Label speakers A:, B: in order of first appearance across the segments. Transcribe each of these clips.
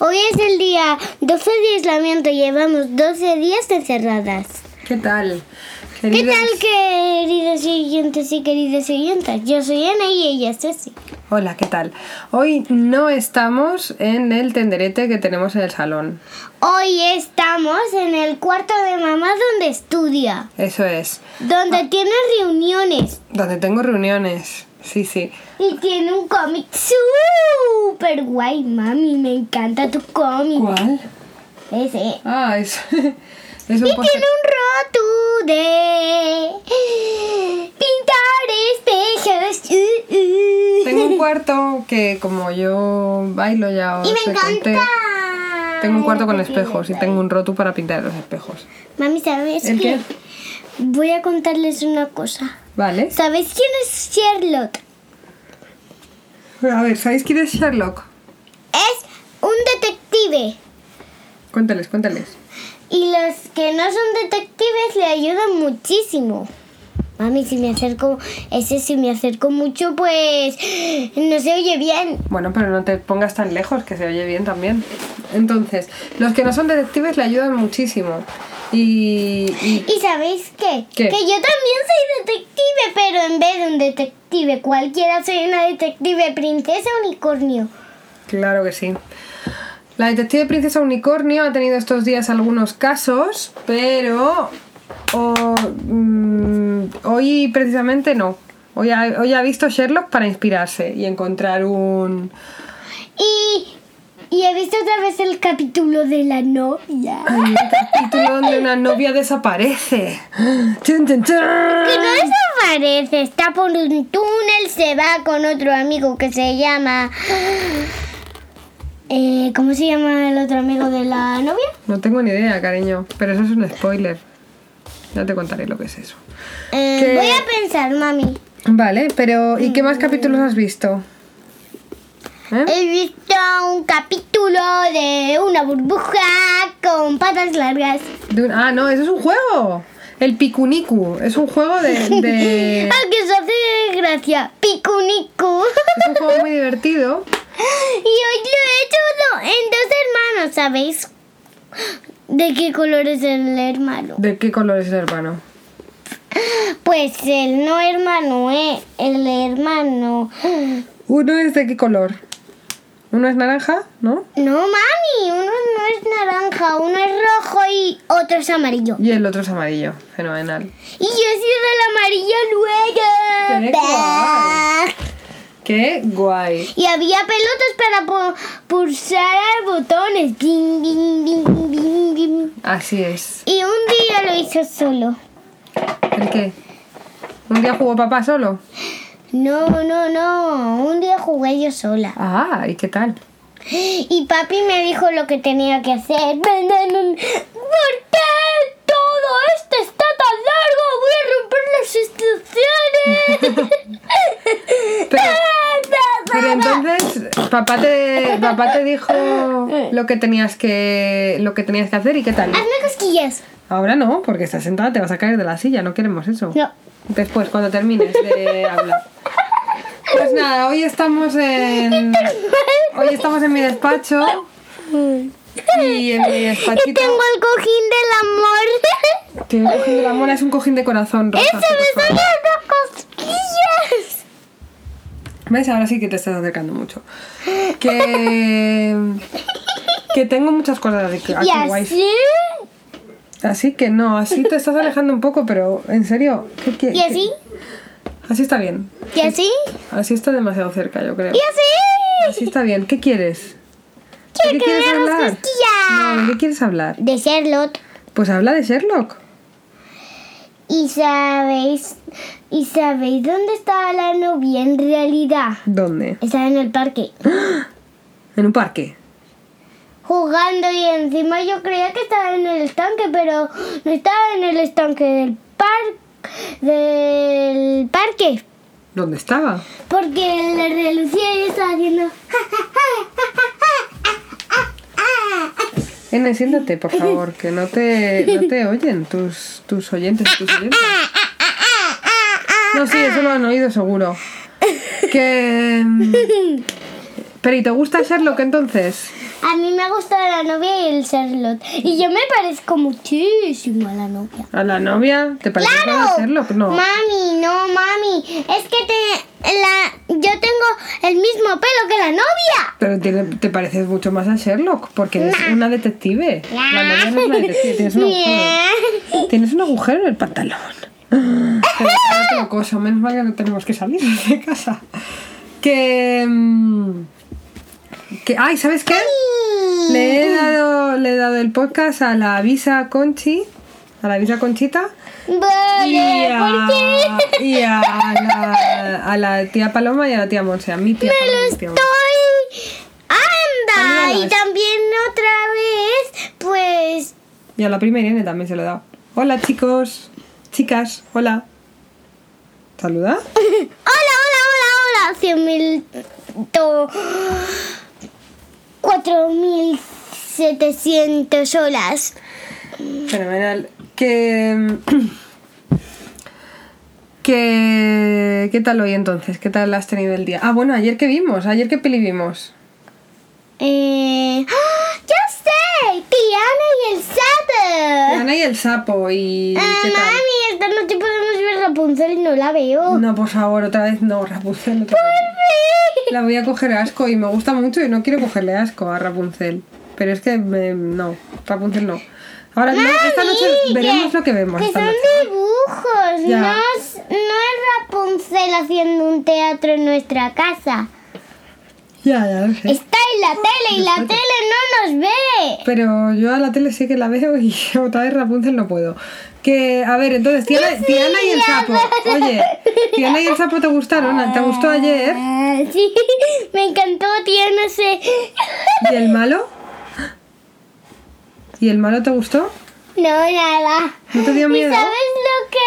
A: Hoy es el día 12 de aislamiento. Llevamos 12 días encerradas.
B: ¿Qué tal?
A: ¿Qué
B: Queridos-
A: tal, queridos oyentes y queridas oyentes? Yo soy Ana y ella es Ceci.
B: Hola, ¿qué tal? Hoy no estamos en el tenderete que tenemos en el salón.
A: Hoy estamos en el cuarto de mamá donde estudia,
B: Eso es.
A: donde tiene reuniones
B: Donde tengo reuniones. Sí, sí.
A: y tiene un cómic súper guay. Mami, me encanta tu cómic.
B: ¿Cuál?
A: Ese.
B: Ah, es, es un
A: Y
B: póster.
A: tiene un rotu de pintar espejos. Uh, uh.
B: Tengo un cuarto que como yo bailo ya os
A: y me
B: lo conté,
A: encanta.
B: Tengo un cuarto con espejos y tengo un rotu para pintar los espejos.
A: Mami, ¿sabes
B: ¿El qué?
A: Voy a contarles una cosa.
B: ¿Vale?
A: ¿Sabéis quién es Sherlock?
B: A ver, ¿sabéis quién es Sherlock?
A: Es un detective.
B: Cuéntales, cuéntales.
A: Y los que no son detectives le ayudan muchísimo. Mami, si me acerco, ese si me acerco mucho, pues no se oye bien.
B: Bueno, pero no te pongas tan lejos, que se oye bien también. Entonces, los que no son detectives le ayudan muchísimo. Y, y-
A: ¿Y sabéis qué?
B: ¿Qué?
A: Que yo también soy detective, pero en vez de un detective cualquiera, soy una detective princesa unicornio.
B: claro que sí. La detective Princesa Unicornio ha tenido estos días algunos casos, pero o- mm, hoy precisamente no. Hoy ha, hoy ha visto Sherlock para inspirarse y encontrar un...
A: Y, y he visto otra vez el capítulo de la novia.
B: un capítulo donde una novia desaparece. ¡Tun, tun, tun!
A: Que no desaparece, está por un túnel, se va con otro amigo que se llama... Eh, ¿Cómo se llama el otro amigo de la novia?
B: No tengo ni idea, cariño. Pero eso es un spoiler. Ya te contaré lo que es eso.
A: Eh,
B: Que-
A: Voy a pensar, mami.
B: Vale, pero ¿y qué más capítulos has visto? ¿Eh?
A: He visto un capítulo de una burbuja con patas largas.
B: De un- Ah, no, eso es un juego. El Picunicu. Es un juego de...
A: Al
B: de-
A: Ah, que se hace gracia, picunico.
B: Es un juego muy divertido.
A: y hoy lo he hecho do- en dos hermanos, ¿sabéis? ¿De qué color es el hermano?
B: ¿De qué color es el hermano?
A: Pues el no hermano, ¿eh? El hermano.
B: Uno es de qué color. Uno es naranja, ¿no?
A: No, mami, uno no es naranja, uno es rojo y otro es amarillo.
B: Y el otro es amarillo. Fenomenal.
A: Y yo he sido el amarillo luego.
B: Qué guay. Qué guay.
A: Y había pelotas para pu- pulsar botones. Bim, bim, bim, bim, bim.
B: Así es.
A: Y un día lo hizo solo.
B: ¿El qué? ¿Un día jugó papá solo?
A: No, no, no. Un día jugué yo sola.
B: Ah, ¿y qué tal?
A: Y papi me dijo lo que tenía que hacer. Bananun. ¿Por qué todo esto está tan largo? Voy a romper las instrucciones.
B: Pero- Pero entonces, papá te, papá te dijo
A: Eh.
B: lo que tenías que lo que tenías que hacer y qué tal.
A: Hazme cosquillas.
B: Ahora no, porque estás sentada, te vas a caer de la silla, no queremos eso.
A: No.
B: Después, cuando termines de hablar. Pues nada, hoy estamos en. Hoy estamos en mi despacho. Y en mi
A: Y
B: despachito.
A: tengo el cojín del amor.
B: Tiene un cojín de la mona, es un cojín de corazón rosa.
A: ¡Ese
B: así
A: me
B: que-
A: está haciendo cosquillas!
B: ¿Ves? Ahora sí que te estás acercando mucho. Que. Que tengo muchas cosas de que. ah,
A: Y
B: qué guays.
A: así,
B: Así que no, así te estás alejando un poco, pero en serio. ¿qué, qué-
A: y así,
B: qué- Así está bien.
A: y así,
B: Así está demasiado cerca, yo creo.
A: y así.
B: Así está bien. ¿Qué quieres? ¿De
A: Quiero
B: qué
A: que
B: quieres
A: veamos
B: hablar? No, ¿de
A: cosquillas.
B: qué quieres hablar?
A: De Sherlock.
B: Pues habla de Sherlock.
A: ¿Y sabéis, ¿Y sabéis dónde estaba la novia en realidad?
B: ¿Dónde?
A: Estaba en el parque
B: En un parque.
A: jugando y encima yo creía que estaba en el estanque, pero no estaba en el estanque del parque. Del parque.
B: ¿Dónde estaba?
A: Porque la relucía y estaba haciendo.
B: Ene, siéntate, por favor, que no te, no te oyen tus, tus oyentes, tus oyentes. No, sí, eso lo han oído seguro. Que. mm, Pero, ¿y te gusta Sherlock entonces?
A: A mí me ha gustado la novia y el Charlotte. Y yo me parezco muchísimo a la novia.
B: ¿A la novia? ¿Te parece
A: ¡Claro!
B: a Sherlock? pues, No.
A: Mami, no, mami. Es que te, la, yo tengo el mismo pelo que la novia.
B: Pero tiene- te, pareces mucho más a Sherlock, porque eres una detective. La novia no es una detective, tienes un agujero.
A: Bien.
B: Tienes un agujero en el pantalón. Pero es otra cosa, menos mal que no tenemos que salir de casa. Que. mm, que ay, ¿sabes qué? Le he dado, le he dado el podcast a la Visa Conchi, a la Visa Conchita. Y
A: Vale,
B: a,
A: ¿por qué?
B: y a la, a la tía Paloma y a la tía Monse, a mi tía Paloma y mi tía Monse.
A: Estoy... ¡Anda!
B: Hola.
A: Y también otra vez, pues...
B: Y a la prima Irene también se lo he dado. Hola chicos, chicas, hola. ¿Saluda?
A: ¡Hola, hola, hola, hola! Cien mil... to- Cuatro mil setecientos horas.
B: Fenomenal. Que... mm, que... ¿Qué tal hoy entonces? ¿Qué tal has tenido el día? Ah, bueno, ayer que vimos, ayer qué peli vimos.
A: Eh... ¡ah! ¡Ya sé! ¡Tiana y el sapo!
B: Ana y el sapo y...
A: Ah,
B: ¿Qué tal?
A: mami, esta noche podemos ver Rapunzel y no la veo.
B: No, por favor, otra vez no, Rapunzel. Otra vez. La voy a coger asco y me gusta mucho y no quiero cogerle asco a Rapunzel. Pero es que me- no, Rapunzel no. Ahora no, esta noche
A: Mami,
B: veremos lo que vemos.
A: Que
B: esta
A: son
B: noche.
A: dibujos,
B: Ya.
A: no es, no es Rapunzel haciendo un teatro en nuestra casa.
B: Ya, ya lo sé.
A: Está en la tele y la tele no nos ve.
B: Pero yo a la tele sí que la veo y otra vez Rapunzel no puedo. Que, a ver, entonces, Tiana, Tiana y el sapo. Oye, Tiana y el sapo te gustaron, te gustó ayer.
A: Ah, sí, me encantó, tía, no sé.
B: ¿Y el malo? ¿Y el malo te gustó?
A: No, nada.
B: ¿No te dio
A: ¿Y
B: miedo?
A: sabes lo que?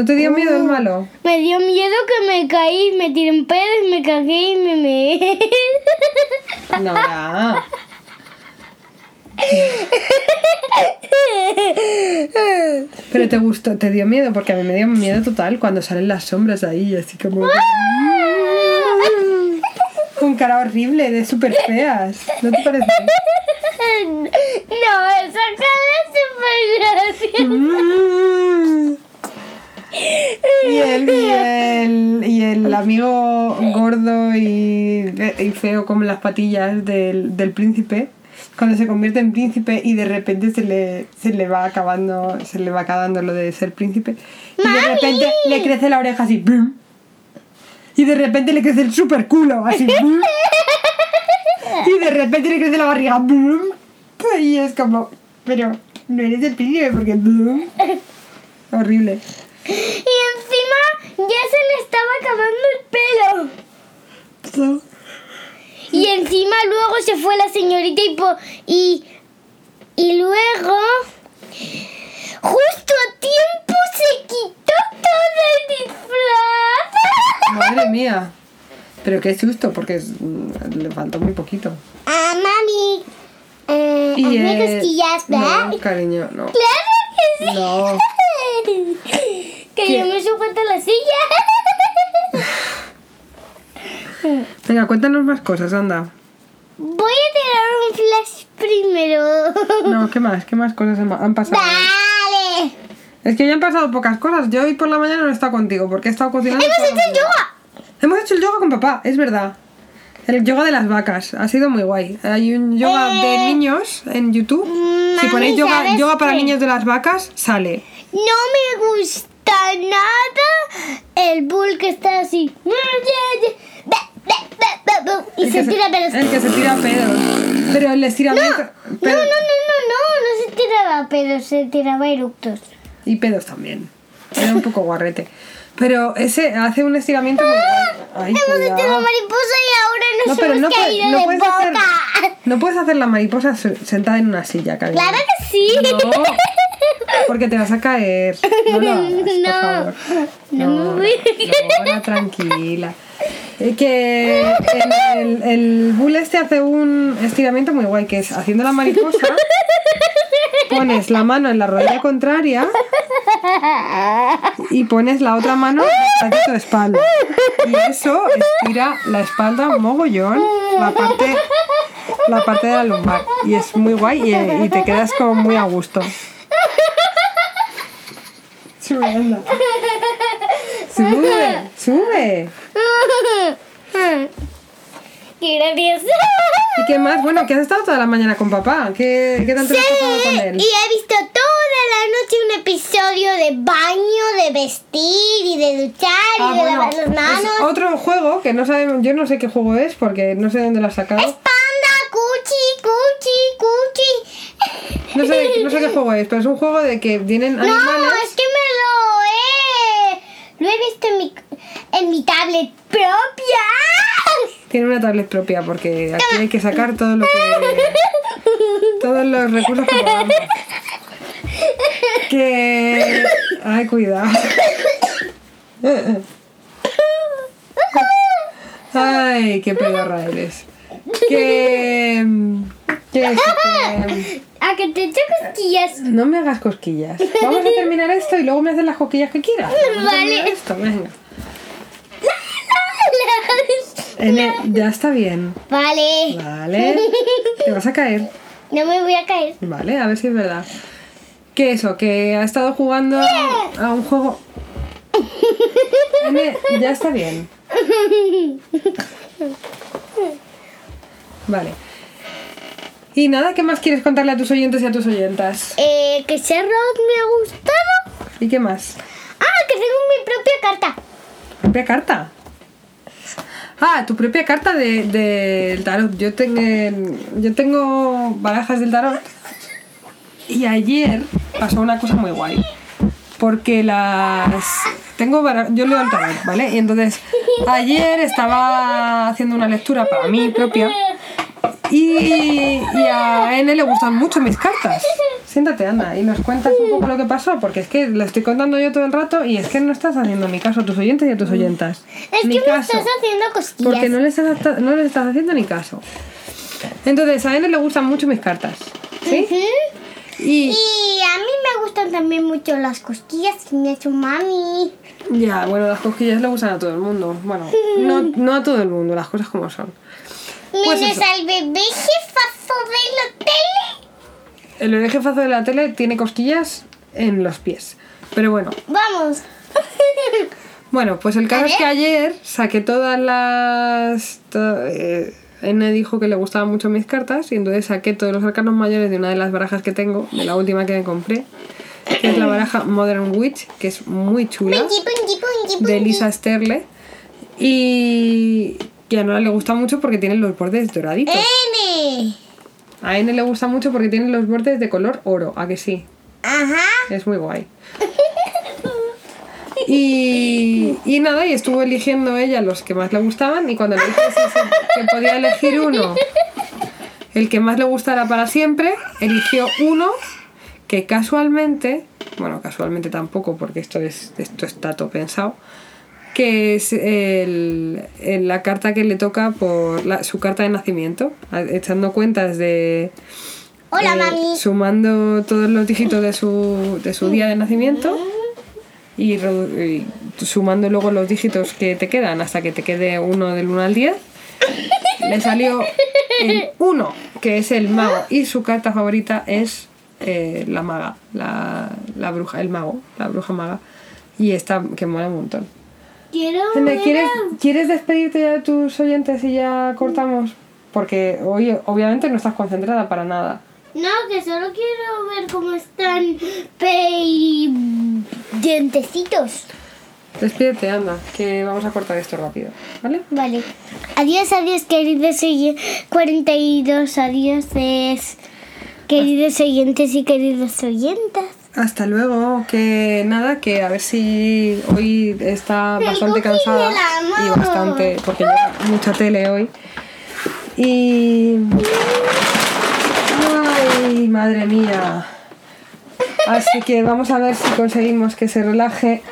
B: ¿No te dio miedo
A: Uh.
B: el malo?
A: Me dio miedo que me caí, me tiré un pedo y me cagué y me me.
B: Nora. Pero te gustó, te dio miedo, porque a mí me dio miedo total cuando salen las sombras ahí, así como con cara horrible, de súper feas. ¿No te parece?
A: No, esa cara es súper graciosa.
B: Y el, y el, y el amigo gordo y, y feo con las patillas del, del príncipe, cuando se convierte en príncipe y de repente se le, se le va acabando, se le va acabando lo de ser príncipe. Y de repente le crece la oreja así. ¡brum! Y de repente le crece el super culo así. ¡brum! Y de repente le crece la barriga. ¡brum! Y es como, pero no eres el príncipe porque... ¡brum! Horrible.
A: Y encima ya se le estaba acabando el pelo. Y encima luego se fue la señorita y po- y, y luego justo a tiempo se quitó todo el disfraz.
B: Madre mía. Pero qué susto, porque es- mm, le faltó muy poquito.
A: Ah, mami. Eh,
B: Y
A: hazme
B: eh,
A: cosquillas, ¿verdad?
B: No, cariño, no.
A: Claro que sí.
B: No.
A: Que
B: ¿Qué?
A: yo me sujeto a la silla.
B: Venga, cuéntanos más cosas, anda.
A: Voy a tirar un flash primero.
B: No, ¿qué más? ¿Qué más cosas han, han pasado?
A: Vale.
B: Es que ya han pasado pocas cosas. Yo hoy por la mañana no he estado contigo porque he estado cocinando.
A: Hemos
B: toda la
A: hecho el yoga.
B: mañana. Hemos hecho el yoga con papá, es verdad. El yoga de las vacas. Ha sido muy guay. Hay un yoga de
A: Eh, Mm,
B: niños en YouTube. si
A: mami,
B: ponéis yoga,
A: ¿sabes
B: yoga para
A: qué?
B: niños de las vacas, sale.
A: No me gusta nada el bull que está así. Y
B: El
A: se
B: que
A: tira pelos.
B: El que se tira pedos. Pero el estiramiento...
A: No, no, no, no, no,
B: pero-
A: no se tiraba pelos, se tiraba eructos.
B: Y pedos también. Era un poco guarrete. Pero ese hace un estiramiento muy guay. Ay,
A: Ah, Hemos hecho la
B: cuidado.
A: mariposa y ahora
B: No,
A: nos
B: pero
A: hemos
B: no, puede-
A: caído
B: no
A: de
B: puedes
A: boca.
B: hacer, no puedes hacer la mariposa se- sentada en una silla, cariño.
A: Claro que sí.
B: No, porque te vas a caer. No lo hagas, por
A: No,
B: favor.
A: no me voy a
B: no, Nora, tranquila. Eh, Que el, el, el bull este hace un estiramiento muy guay, que es haciendo la mariposa, pones la mano en la rodilla contraria y pones la otra mano en el taquito de espalda. Y eso estira la espalda mogollón. la parte, la parte de la lumbar. Y es muy guay y, y te quedas como muy a gusto. Sube, anda. Sube, sube.
A: ¡Qué gracioso!
B: ¿Y qué más? Bueno, que has estado toda la mañana con papá. ¿Qué, qué tal te lo has pasado con
A: Y he
B: él?
A: visto toda la noche un episodio de baño, de vestir y de duchar
B: Ah,
A: y de
B: bueno,
A: lavar las manos.
B: es otro juego que no sabemos, yo no sé qué juego es porque no sé dónde lo has
A: Es
B: sacado.
A: panda, cuchi, cuchi, cuchi.
B: No sé, no sé qué juego es, pero es un juego de que vienen
A: No,
B: animales.
A: es que me lo he... Lo he visto en mi, en mi tablet propia.
B: Tiene una tablet propia porque aquí hay que sacar todo lo que, todos los recursos que podamos. Que... Ay, cuidado. Ay, qué pedorra eres. Que... Que... eso, que-
A: A que te echo cosquillas.
B: No me hagas cosquillas. Vamos a terminar esto y luego me haces las cosquillas que quieras. Vamos a terminar
A: Vale.
B: Esto, venga. N, ya está bien.
A: Vale.
B: Vale. Te vas a caer.
A: No me voy a caer.
B: Vale, a ver si es verdad. Que eso, que ha estado jugando a un juego. N, ya está bien. Vale. Y nada, ¿qué más quieres contarle a tus oyentes y a tus oyentas?
A: Eh, que ese rock me ha gustado.
B: ¿Y qué más?
A: Ah, que tengo mi propia carta.
B: propia carta. Ah, tu propia carta de- del tarot. Yo, tengo yo tengo barajas del tarot. Y ayer pasó una cosa muy guay. Porque las... Tengo bara- Yo leo el tarot, ¿vale? Y entonces ayer estaba haciendo una lectura para mí propia. Y, y a N le gustan mucho mis cartas. Siéntate, Ana, y nos cuentas un poco lo que pasó, porque es que lo estoy contando yo todo el rato y es que no estás haciendo mi caso a tus oyentes y a tus oyentas.
A: Es
B: Ni
A: que me
B: caso,
A: estás haciendo cosquillas.
B: porque no le estás, hasta- no le estás haciendo ni caso. Entonces, a N le gustan mucho mis cartas. ¿Sí?
A: Ujú.
B: Y
A: Y a mí me gustan también mucho las cosquillas que me ha hecho mami.
B: ya, bueno, las cosquillas le gustan a todo el mundo. Bueno, no, no a todo el mundo, las cosas como son. Pues
A: Menos
B: eso.
A: al bebé jefazo de la tele.
B: El bebé jefazo de la tele tiene cosquillas en los pies. Pero bueno,
A: Vamos.
B: Bueno, pues el caso
A: A
B: es que ayer saqué todas las... to- eh, N dijo que le gustaban mucho mis cartas y entonces saqué todos los arcanos mayores de una de las barajas que tengo, de la última que me compré, que es la baraja Modern Witch, que es muy chula,
A: Punji, punji, punji, punji.
B: de Lisa Sterle, y que a Nora le gusta mucho porque tiene los bordes doraditos.
A: Eh. N.
B: A N le gusta mucho porque tiene los bordes de color oro, ¿a que sí?
A: Ajá.
B: Es muy guay. Y, y nada, y estuvo eligiendo ella los que más le gustaban y cuando le dije sí, sí, que podía elegir uno, el que más le gustara para siempre, eligió uno que casualmente, bueno, casualmente tampoco porque esto, es, esto está todo pensado, que es el- el- la carta que le toca por la- su carta de nacimiento, a- echando cuentas de,
A: Hola,
B: eh,
A: mami.
B: Sumando todos los dígitos de su, de su día de nacimiento y, redu- y sumando luego los dígitos que te quedan hasta que te quede uno del 1 al 10. Le salió el 1, que es el mago, y su carta favorita es eh, la maga, la, la bruja, el mago, la bruja maga. Y esta que mola un montón.
A: Quiero
B: Anda,
A: ver
B: ¿Quieres,
A: a-
B: ¿Quieres despedirte ya de tus oyentes y ya cortamos? Porque hoy obviamente no estás concentrada para nada.
A: No, que solo quiero ver cómo están pei... dientecitos.
B: Despídete, anda, que vamos a cortar esto rápido, ¿vale?
A: Vale. Adiós, adiós, queridos oyentes. 42, adiós. es- Queridos oyentes y queridas oyentas.
B: Hasta luego, que nada, que a ver si hoy está
A: Me
B: bastante
A: cogí de
B: cansada
A: la
B: y
A: mano.
B: bastante, porque lleva mucha tele hoy. Y... ¡Ay, madre mía! Así que vamos a ver si conseguimos que se relaje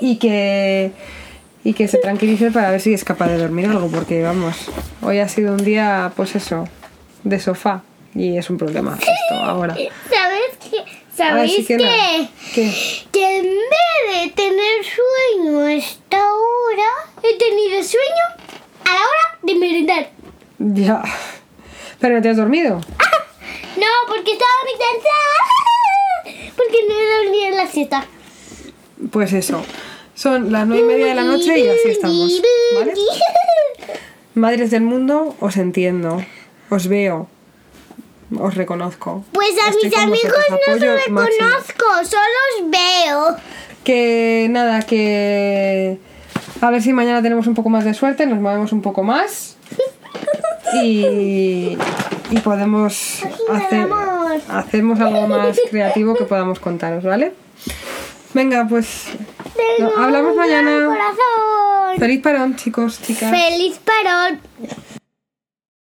B: y que y que se tranquilice para ver si es capaz de dormir algo, porque vamos, hoy ha sido un día, pues eso, de sofá y es un problema esto ahora.
A: ¿Sabes qué? ¿Sabéis
B: Así que nada,
A: Ah, qué?
B: ¿qué?
A: Que en vez de tener sueño a esta hora, he tenido sueño a la hora de merendar.
B: Ya. Pero no te has dormido.
A: No, porque estaba muy cansada. Porque no me dormí en la siesta.
B: Pues eso. Son las nueve y media de la noche y así estamos. ¿Vale? Madres del mundo, os entiendo. Os veo. Os reconozco.
A: Pues a
B: Estoy
A: mis
B: con
A: amigos
B: vosotros,
A: no los
B: apoyo máximo.
A: reconozco, solo los veo.
B: Que nada, que. A ver si mañana tenemos un poco más de suerte, nos movemos un poco más. Y. Y podemos
A: Ay,
B: hacer.
A: nadamos.
B: Hacemos algo más creativo que podamos contaros, ¿vale? Venga, pues.
A: Tengo
B: hablamos
A: un gran
B: mañana.
A: corazón.
B: Feliz parón, chicos, chicas.
A: Feliz parón.